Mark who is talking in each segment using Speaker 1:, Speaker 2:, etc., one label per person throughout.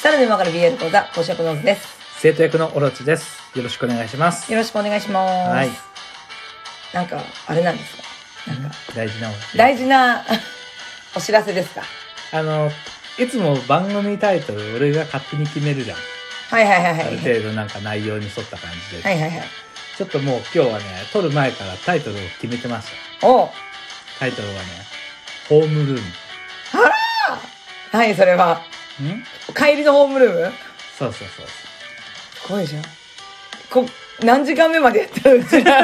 Speaker 1: さらに今から BL 講座、講釈の図です。
Speaker 2: 生徒役のオロチです。よろしくお願いします。
Speaker 1: よろしくお願いします。
Speaker 2: はい。
Speaker 1: なんか、あれなんですかなんか、
Speaker 2: 大事なお知ら
Speaker 1: 大事な お知らせですか
Speaker 2: せあの、いつも番組タイトル俺が勝手に決めるじゃん。
Speaker 1: はいはいはいは
Speaker 2: ある
Speaker 1: い。
Speaker 2: 程度なんか内容に沿った感じで。
Speaker 1: はいはいはい。
Speaker 2: ちょっともう今日はね、撮る前からタイトルを決めてました。
Speaker 1: おう
Speaker 2: タイトルはね、ホームルー
Speaker 1: 何それは。
Speaker 2: ム。ん
Speaker 1: 帰りのホームルーム
Speaker 2: そうそうそう。
Speaker 1: すごいじゃん。こ、何時間目までやったのうち ら。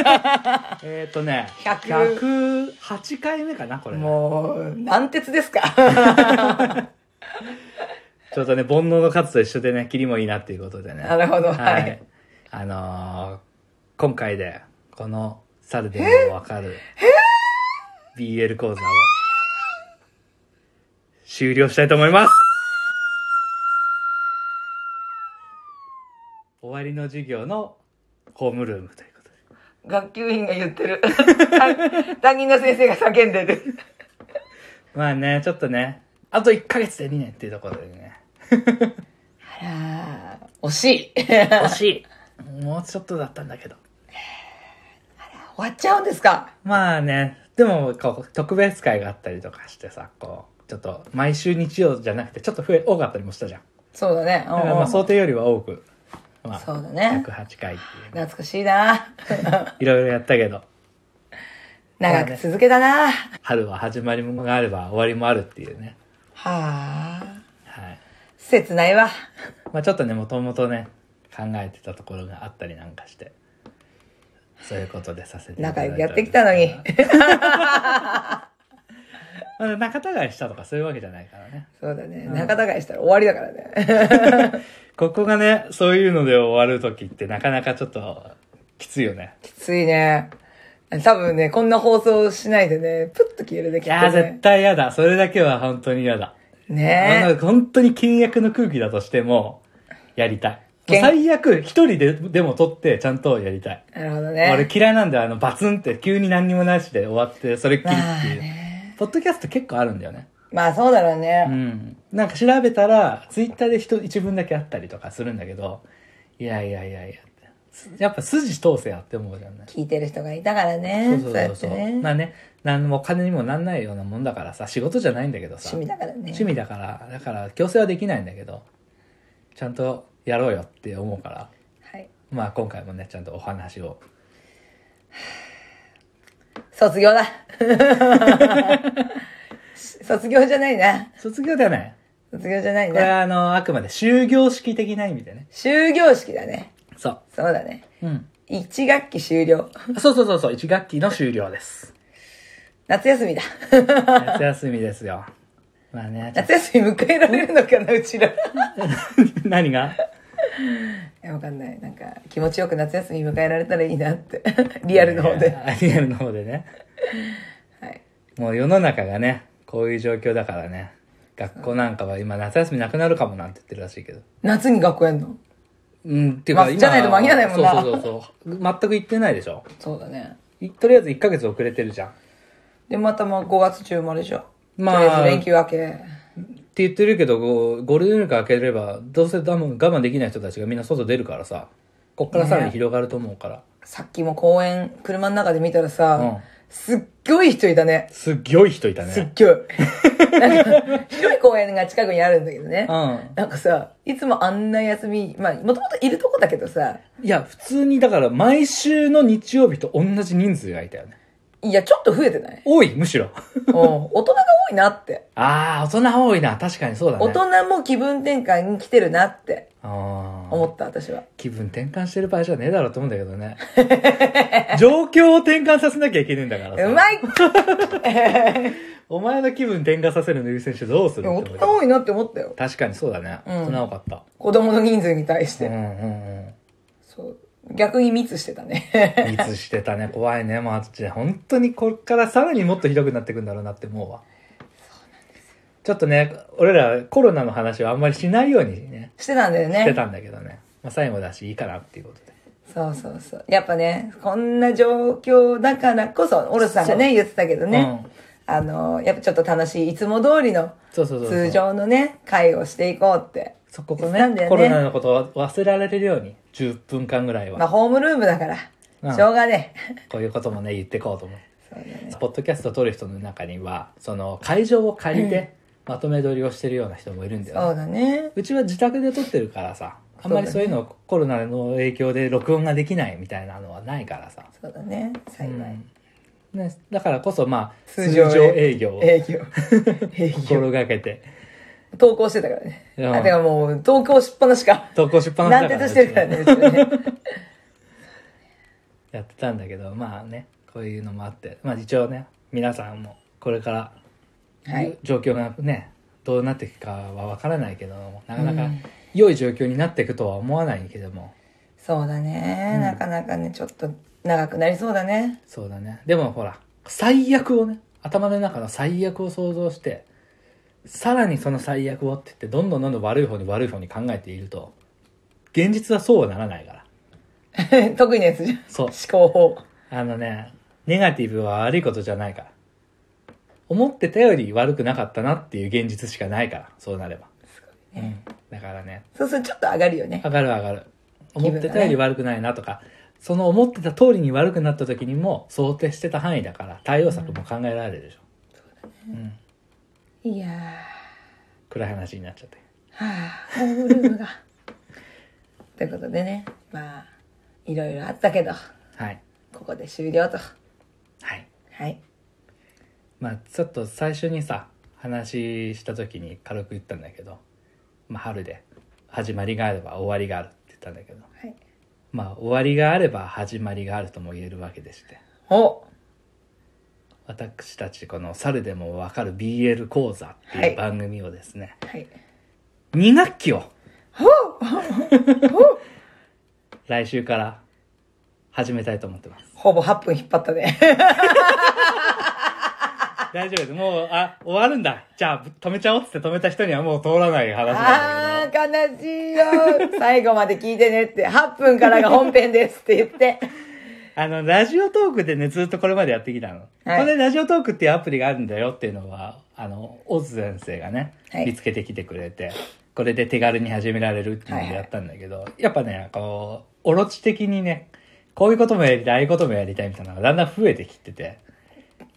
Speaker 2: えっ、ー、とね、
Speaker 1: 100
Speaker 2: 108回目かな、これ。
Speaker 1: もう、軟鉄です か
Speaker 2: ちょっとね、煩悩の数と一緒でね、キリもいいなっていうことでね。
Speaker 1: なるほど、は
Speaker 2: はいい。。あのー今回で、この、猿でもわかる、BL 講座を、終了したいと思います終わりの授業のホームルームということで。
Speaker 1: 学級委員が言ってる。担任の先生が叫んで る。
Speaker 2: まあね、ちょっとね、あと1ヶ月で2年っていうところでね、
Speaker 1: あら、惜しい。終
Speaker 2: 惜しいもうちょっとだったんだけど。
Speaker 1: わっちゃうんですか
Speaker 2: まあね、でもこう特別会があったりとかしてさ、こう、ちょっと毎週日曜じゃなくてちょっと増え、多かったりもしたじゃん。
Speaker 1: そうだね。
Speaker 2: だからまあ
Speaker 1: そ
Speaker 2: 想
Speaker 1: う
Speaker 2: 定よりは多く、まあ、
Speaker 1: そうだね
Speaker 2: 108回っていうね、
Speaker 1: 懐かしい な。
Speaker 2: いろいろやったけど、
Speaker 1: 長く続けたな。は
Speaker 2: 春は始まりもがあれば終わりもあるっていうね。
Speaker 1: あ、
Speaker 2: はい。
Speaker 1: 切ないわ。
Speaker 2: まあちょっとね、もともとね、考えてたところがあったりなんかして、そういうことでさせていただ
Speaker 1: 仲
Speaker 2: い
Speaker 1: 良くやってきたのに。
Speaker 2: まあ仲違いしたとかそういうわけじゃないからね。
Speaker 1: そうだね。仲違いしたら終わりだからね。
Speaker 2: ここがね、そういうので終わるときってなかなかちょっときついよね。
Speaker 1: きついね。多分ね、こんな放送しないでね、プッと消えるね、きっ
Speaker 2: い
Speaker 1: と
Speaker 2: やー、
Speaker 1: ね
Speaker 2: 絶。対嫌だ。それだけは本当に嫌だ。
Speaker 1: ね
Speaker 2: あの本当に倹約の空気だとしても、やりたい。もう
Speaker 1: 倹
Speaker 2: 最悪、一人で、でも取って、ちゃんとやりたい。
Speaker 1: なるほど
Speaker 2: 俺
Speaker 1: ね。
Speaker 2: 嫌いなんだよ、あの、バツンって、急に何にもなしで終わって、それっきりって
Speaker 1: まあ
Speaker 2: いう。
Speaker 1: ね。
Speaker 2: ポッドキャスト結構あるんだよね。
Speaker 1: まあそうだろう
Speaker 2: う
Speaker 1: ね。
Speaker 2: ん。なんか調べたら、ツイッターで人一文だけあったりとかするんだけど、いやいやいやいやって。やっぱ筋通せやって思うじゃんね。
Speaker 1: 聞いてる人がいたから
Speaker 2: そ
Speaker 1: ね。
Speaker 2: う
Speaker 1: そ
Speaker 2: そうう
Speaker 1: や
Speaker 2: そう
Speaker 1: って
Speaker 2: そう、
Speaker 1: ね。
Speaker 2: まあね何もお金にもなんないようなもんだからさ仕事じゃないんだけどさ
Speaker 1: 趣味だからね。
Speaker 2: 趣味だからだから強制はできないんだけどちゃんとやろうよって思うから
Speaker 1: はい。
Speaker 2: まあ今回もねちゃんとお話を
Speaker 1: 卒 業だ。卒業じゃないな。
Speaker 2: 卒業ではない
Speaker 1: 卒業じゃない
Speaker 2: これ
Speaker 1: な。
Speaker 2: はあのあくまで終業式的な意味でね
Speaker 1: 終業式だね。
Speaker 2: そう、
Speaker 1: そうだね。
Speaker 2: うん、
Speaker 1: 一学期終了。
Speaker 2: そうそうそうそう1学期の終了です
Speaker 1: 夏休みだ。
Speaker 2: 夏休みですよまあねちょっ
Speaker 1: 夏休み迎えられるのかな、うちら。い
Speaker 2: と 何が
Speaker 1: や、わかんない。なんか、気持ちよく夏休み迎えられたらいいなって。 リアルの方で。
Speaker 2: いやリアルの方でね
Speaker 1: はい。
Speaker 2: もう世の中がね、こういう状況だからね。学校なんかは今夏休みなくなるかもなんて言ってるらしいけど。
Speaker 1: 夏に学校やんの
Speaker 2: うん、っていう
Speaker 1: ま
Speaker 2: か
Speaker 1: あ
Speaker 2: 今、
Speaker 1: じゃないと間に合わないもんな
Speaker 2: そうそうそうそう。全く行ってないでしょ。
Speaker 1: そうだね。
Speaker 2: いとりあえず1ヶ月遅れてるじゃん。っ
Speaker 1: で、またまあ5月中もあれでしょ。
Speaker 2: まあ
Speaker 1: とりあえず連休明け。
Speaker 2: て言ってるけど、こうゴールデンウィーク開ければ、どうせ我慢我慢できない人たちがみんな外出るからさ。こっからさらに広がると思うから。
Speaker 1: さっきも公園、車の中で見たらさ、
Speaker 2: うん
Speaker 1: すっごい人いたね。
Speaker 2: すっごい人いた
Speaker 1: すっ
Speaker 2: ね。
Speaker 1: ごい。なんか、広い公園が近くにあるんだけどね
Speaker 2: う。ん。
Speaker 1: なんかさ、いつもあんな休み、まあ、もともといるとこだけどさ、
Speaker 2: いや、普通にだから毎週の日曜日と同じ人数がいたよね。
Speaker 1: いや、ちょっと増えてない
Speaker 2: 多い、む しろ。
Speaker 1: うん。大人が多いなって。
Speaker 2: ああ、大人多いな。確かにそうだね。
Speaker 1: 大人も気分転換に来てるなって
Speaker 2: ああ。
Speaker 1: 思った、私は。
Speaker 2: 気分転換してる場合じゃねえだろうと思うんだけ どね。状況を転換させなきゃいけねえんだから
Speaker 1: う
Speaker 2: さ。
Speaker 1: まい
Speaker 2: お前の気分転換させるの優先してどうするって
Speaker 1: 大
Speaker 2: 思う
Speaker 1: 人
Speaker 2: けど
Speaker 1: 多いなって思ったよ。
Speaker 2: 確かにそうだね。
Speaker 1: ん
Speaker 2: 大人多かった。
Speaker 1: 子供の人数に対し
Speaker 2: うん
Speaker 1: て。
Speaker 2: うん
Speaker 1: そう。逆に密してたね。
Speaker 2: うん。密してたね。怖いね。もうあっちね。本当にこっからさらにもっとひどくなってくんだろうなって思うわ。ちょっとね、俺らコロナの話はあんまりしないようにね、
Speaker 1: してたんだよね。
Speaker 2: してたんだけどね。まあ最後だし、いいかなっていうことで。
Speaker 1: そうそうそう。やっぱね、こんな状況だからこそ、オルさんがね、言ってたけどね、あの、やっぱちょっと楽しい、いつも通りの、
Speaker 2: そうそうそうそう。
Speaker 1: 通常のね、会をしていこうって。
Speaker 2: そこ
Speaker 1: 言
Speaker 2: が
Speaker 1: ってた
Speaker 2: ね
Speaker 1: んだよね
Speaker 2: コロナのことを忘れられるように、10分間ぐらいは、
Speaker 1: まあ、ホームルームだから、
Speaker 2: うん
Speaker 1: しょうがね
Speaker 2: こういうこともね、言ってこうと思う。
Speaker 1: え。そうだね。
Speaker 2: ポッドキャストを撮る人の中には、その会場を借りて、まとめ撮りをしてるような人もいるんだよね。
Speaker 1: そうだね。
Speaker 2: うちは自宅で撮ってるからさ、あんまりそういうのコロナの影響で録音ができないみたいなのはないからさ。
Speaker 1: そうだね。幸い。
Speaker 2: うんね、だからこそまあ、通
Speaker 1: 通
Speaker 2: 常
Speaker 1: 常
Speaker 2: 営業を
Speaker 1: 営業。営業。
Speaker 2: 心がけて、
Speaker 1: 投稿してたからね。
Speaker 2: うん
Speaker 1: あ、てかもう、投稿しっぱなしか。
Speaker 2: 投稿しっぱな
Speaker 1: 乱
Speaker 2: しだから
Speaker 1: 鉄してるからね。別にね
Speaker 2: やってたんだけど、まあね、こういうのもあって、まあ一応ね、皆さんもこれから、
Speaker 1: はい。
Speaker 2: 状況がね、どうなっていくかはわからないけども、なかな
Speaker 1: う
Speaker 2: か
Speaker 1: ん
Speaker 2: 良い状況になっていくとは思わないけども、
Speaker 1: そうだね、なかなかね、ちょっと長くなりそうだね。
Speaker 2: そうだね。でもほら、最悪をね、頭の中の最悪を想像して、さらにその最悪をって言って、どんどんどんどん悪い方に悪い方に考えていると、現実はそうはならないから。
Speaker 1: 得意なやつじゃん。
Speaker 2: そう
Speaker 1: 思。考法。
Speaker 2: あのね、ネガティブは悪いことじゃないから。思ってたより悪くなかったなっていう現実しかないから、そうなれば。うん。だからね、
Speaker 1: そうするとちょっと上がるよね。
Speaker 2: 上がる上がる。
Speaker 1: 気分が
Speaker 2: 思
Speaker 1: ね
Speaker 2: ってたより悪くないなとか、その思ってた通りに悪くなった時にも想定してた範囲だから、対応策も考えられるでしょ。うん
Speaker 1: いやー。
Speaker 2: 暗い話になっちゃって
Speaker 1: はあ、ホームルームが。 ということでね、まあ、いろいろあったけど、
Speaker 2: はい
Speaker 1: ここで終了と。
Speaker 2: はい
Speaker 1: はい。
Speaker 2: まあちょっと最初にさ話した時に軽く言ったんだけど、まあ、春で始まりがあれば終わりがあるって言ったんだけど
Speaker 1: はい。
Speaker 2: まあ終わりがあれば始まりがあるとも言えるわけでして
Speaker 1: お
Speaker 2: 私たちこの「猿でもわかる BL 講座」って
Speaker 1: は
Speaker 2: いう
Speaker 1: い
Speaker 2: 番組をですね、
Speaker 1: はい。
Speaker 2: 2学期を
Speaker 1: ほう
Speaker 2: 来週から始めたいと思ってます
Speaker 1: ほぼ8分引っ張ったね。
Speaker 2: 大丈夫ですもうあ終わるんだじゃあ止めちゃおうっつって止めた人にはもう通らない話なんだけど
Speaker 1: あー、悲しいよ。最後まで聞いてねって、8分からが本編ですって言って。
Speaker 2: あの、ラジオトークでね、ずっとこれまでやってきたの。
Speaker 1: はい
Speaker 2: これラジオトークっていうアプリがあるんだよっていうのは、あの、オズ先生がね、
Speaker 1: はい
Speaker 2: 見つけてきてくれて、これで手軽に始められるっていうの
Speaker 1: はい
Speaker 2: で
Speaker 1: はい
Speaker 2: やったんだけど、やっぱね、こう、オロチ的にね、こういうこともやりたい、ああいうこともやりたいみたいなのがだんだん増えてきてて、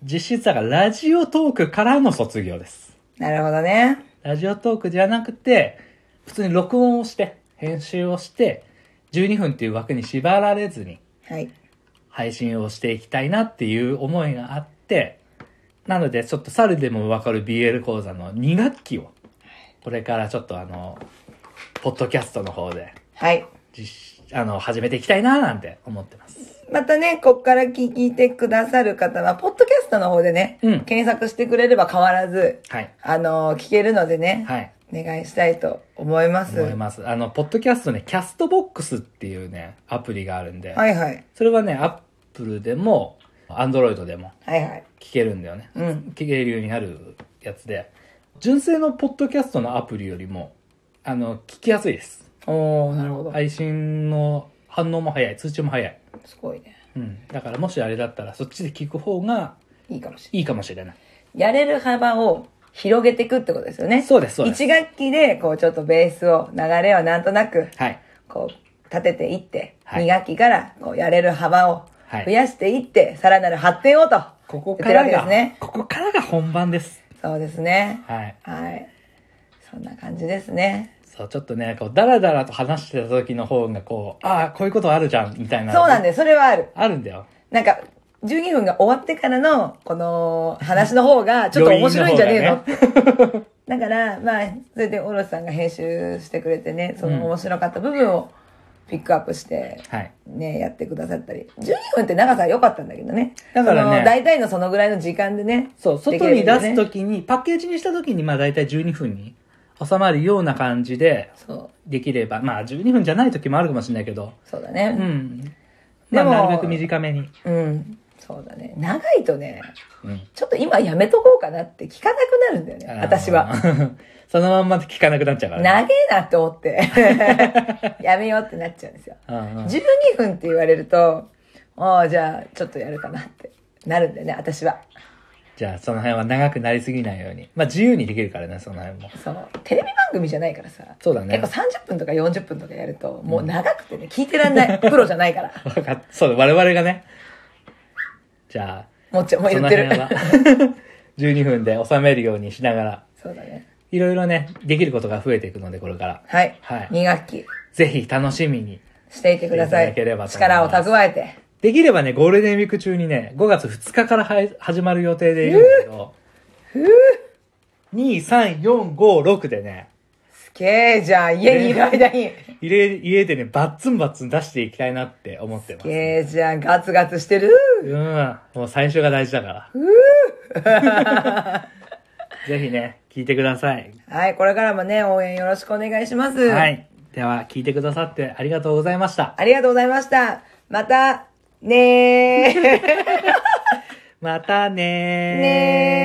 Speaker 2: 実質だからラジオトークからの卒業です。
Speaker 1: なるほどね。
Speaker 2: ラジオトークじゃなくて、普通に録音をして、編集をして、12分っていう枠に縛られずに、
Speaker 1: はい。
Speaker 2: 配信をしていきたいなっていう思いがあって、なのでちょっと猿でもわかる BL 講座の2学期を、これからちょっとあの、ポッドキャストの方で、
Speaker 1: はい。
Speaker 2: 実施あの、始めていきたいななんて思ってます。
Speaker 1: またね、こっから聞いてくださる方は、ポッドキャストの方でね、
Speaker 2: うん
Speaker 1: 検索してくれれば変わらず、
Speaker 2: はい。
Speaker 1: あのー聞けるのでね、
Speaker 2: はい。
Speaker 1: お願いしたいと思います。
Speaker 2: 思います。あの、ポッドキャストね、キャストボックスっていうね、アプリがあるんで、
Speaker 1: はいはい。
Speaker 2: それはね、アップルでも、アンドロイドでも
Speaker 1: はいはい。
Speaker 2: 聞けるんだよね。
Speaker 1: うん。
Speaker 2: 聞けるようになるやつで、純正のポッドキャストのアプリよりも、あの、聞きやすいです。
Speaker 1: おー、なるほど。
Speaker 2: 配信の反応も早い、通知も早い。
Speaker 1: すごいね。
Speaker 2: うん。だからもしあれだったら、そっちで聞く方が
Speaker 1: いいかもしれ
Speaker 2: いいかもしれない。
Speaker 1: ない。やれる幅を広げていくってことですよね。
Speaker 2: そうですそうです
Speaker 1: 一学期で、こう、ちょっとベースを、流れをなんとなく、
Speaker 2: はい。
Speaker 1: こう、立てていって、
Speaker 2: はい
Speaker 1: 二学期から、こう、やれる幅を
Speaker 2: はい
Speaker 1: 増やしていって、さらなる発展をと。
Speaker 2: こ
Speaker 1: 言
Speaker 2: こ
Speaker 1: っ
Speaker 2: か
Speaker 1: てるわ
Speaker 2: ら
Speaker 1: けです
Speaker 2: が、
Speaker 1: ね。
Speaker 2: ここからが本番です。
Speaker 1: そうですね。
Speaker 2: はい。
Speaker 1: はい。そんな感じですね。
Speaker 2: そう、ちょっとね、こう、ダラダラと話してた時の方が、こう、ああ、こういうことあるじゃん、みたいな。
Speaker 1: そうなん
Speaker 2: だ
Speaker 1: で、それはある。
Speaker 2: あるんだよ。
Speaker 1: なんか、12分が終わってからの、この話の方 が、ちょっと面白いんじゃねえの
Speaker 2: 余韻
Speaker 1: だから、まあ、それで、オロスさんが編集してくれてね、その面白かった部分をピックアップして、
Speaker 2: はい。
Speaker 1: ね、やってくださったり。12分って長さ良かったんだけどね。
Speaker 2: だからね
Speaker 1: その大体のそのぐらいの時間でね。
Speaker 2: そう、
Speaker 1: でき
Speaker 2: 外
Speaker 1: る
Speaker 2: に
Speaker 1: よね
Speaker 2: 出す時に、パッケージにした時に、まあ大体12分に収まるような感じで、
Speaker 1: そう、
Speaker 2: できれば、まあ12分じゃない時もあるかもしれないけど、
Speaker 1: そうだ
Speaker 2: う
Speaker 1: ね。
Speaker 2: ん。まあ
Speaker 1: でも
Speaker 2: なるべく短めに。
Speaker 1: うん。そうだね。長いとね、
Speaker 2: うん。
Speaker 1: ちょっと今やめとこうかなって聞かなくなるんだよね、私は。
Speaker 2: あの。 そのまんま聞かなくなっちゃうから、
Speaker 1: 長えなって思 って、やめようってなっちゃうんですよ。
Speaker 2: うんうん
Speaker 1: 12分って言われると、ああ、じゃあ、ちょっとやるかなってなるんだよね、私は。
Speaker 2: じゃあ、その辺は長くなりすぎないように。まあ、自由にできるからね、その辺も。
Speaker 1: そのテレビ番組じゃないからさ、
Speaker 2: そうだね。
Speaker 1: 結構30分とか40分とかやるともう長くてね聞いてらんない プロじゃないから
Speaker 2: わかっそう、我々がね。じゃ
Speaker 1: もうちょ
Speaker 2: あ、
Speaker 1: もう
Speaker 2: そ
Speaker 1: 言
Speaker 2: の
Speaker 1: って
Speaker 2: 辺
Speaker 1: る
Speaker 2: は 12分で収めるようにしながら、
Speaker 1: そうだね
Speaker 2: いろいろね、できることが増えていくので、これから。
Speaker 1: はい、
Speaker 2: はい
Speaker 1: 2学期
Speaker 2: ぜひ楽しみに。
Speaker 1: していてくださ
Speaker 2: していただ
Speaker 1: い
Speaker 2: ければと思い
Speaker 1: 力
Speaker 2: ま
Speaker 1: を
Speaker 2: す
Speaker 1: 蓄えて
Speaker 2: できればね、ゴールデンウィーク中にね、5月2日からはい始まる予定でいるんだけど、2、3、4、5、6でね、
Speaker 1: すげえじゃん家にいる間 に
Speaker 2: 入れ、家でね、バッツンバッツン出していきたいなって思ってます
Speaker 1: す。げえじゃんガツガツしてる
Speaker 2: うん。もう最初が大事だから。 ぜひね、聞いてください。
Speaker 1: はいこれからもね応援よろしくお願いします
Speaker 2: はい。では、聞いてくださってありがとうございました。
Speaker 1: ありがとうございましたまたねー
Speaker 2: またねー。
Speaker 1: ね ー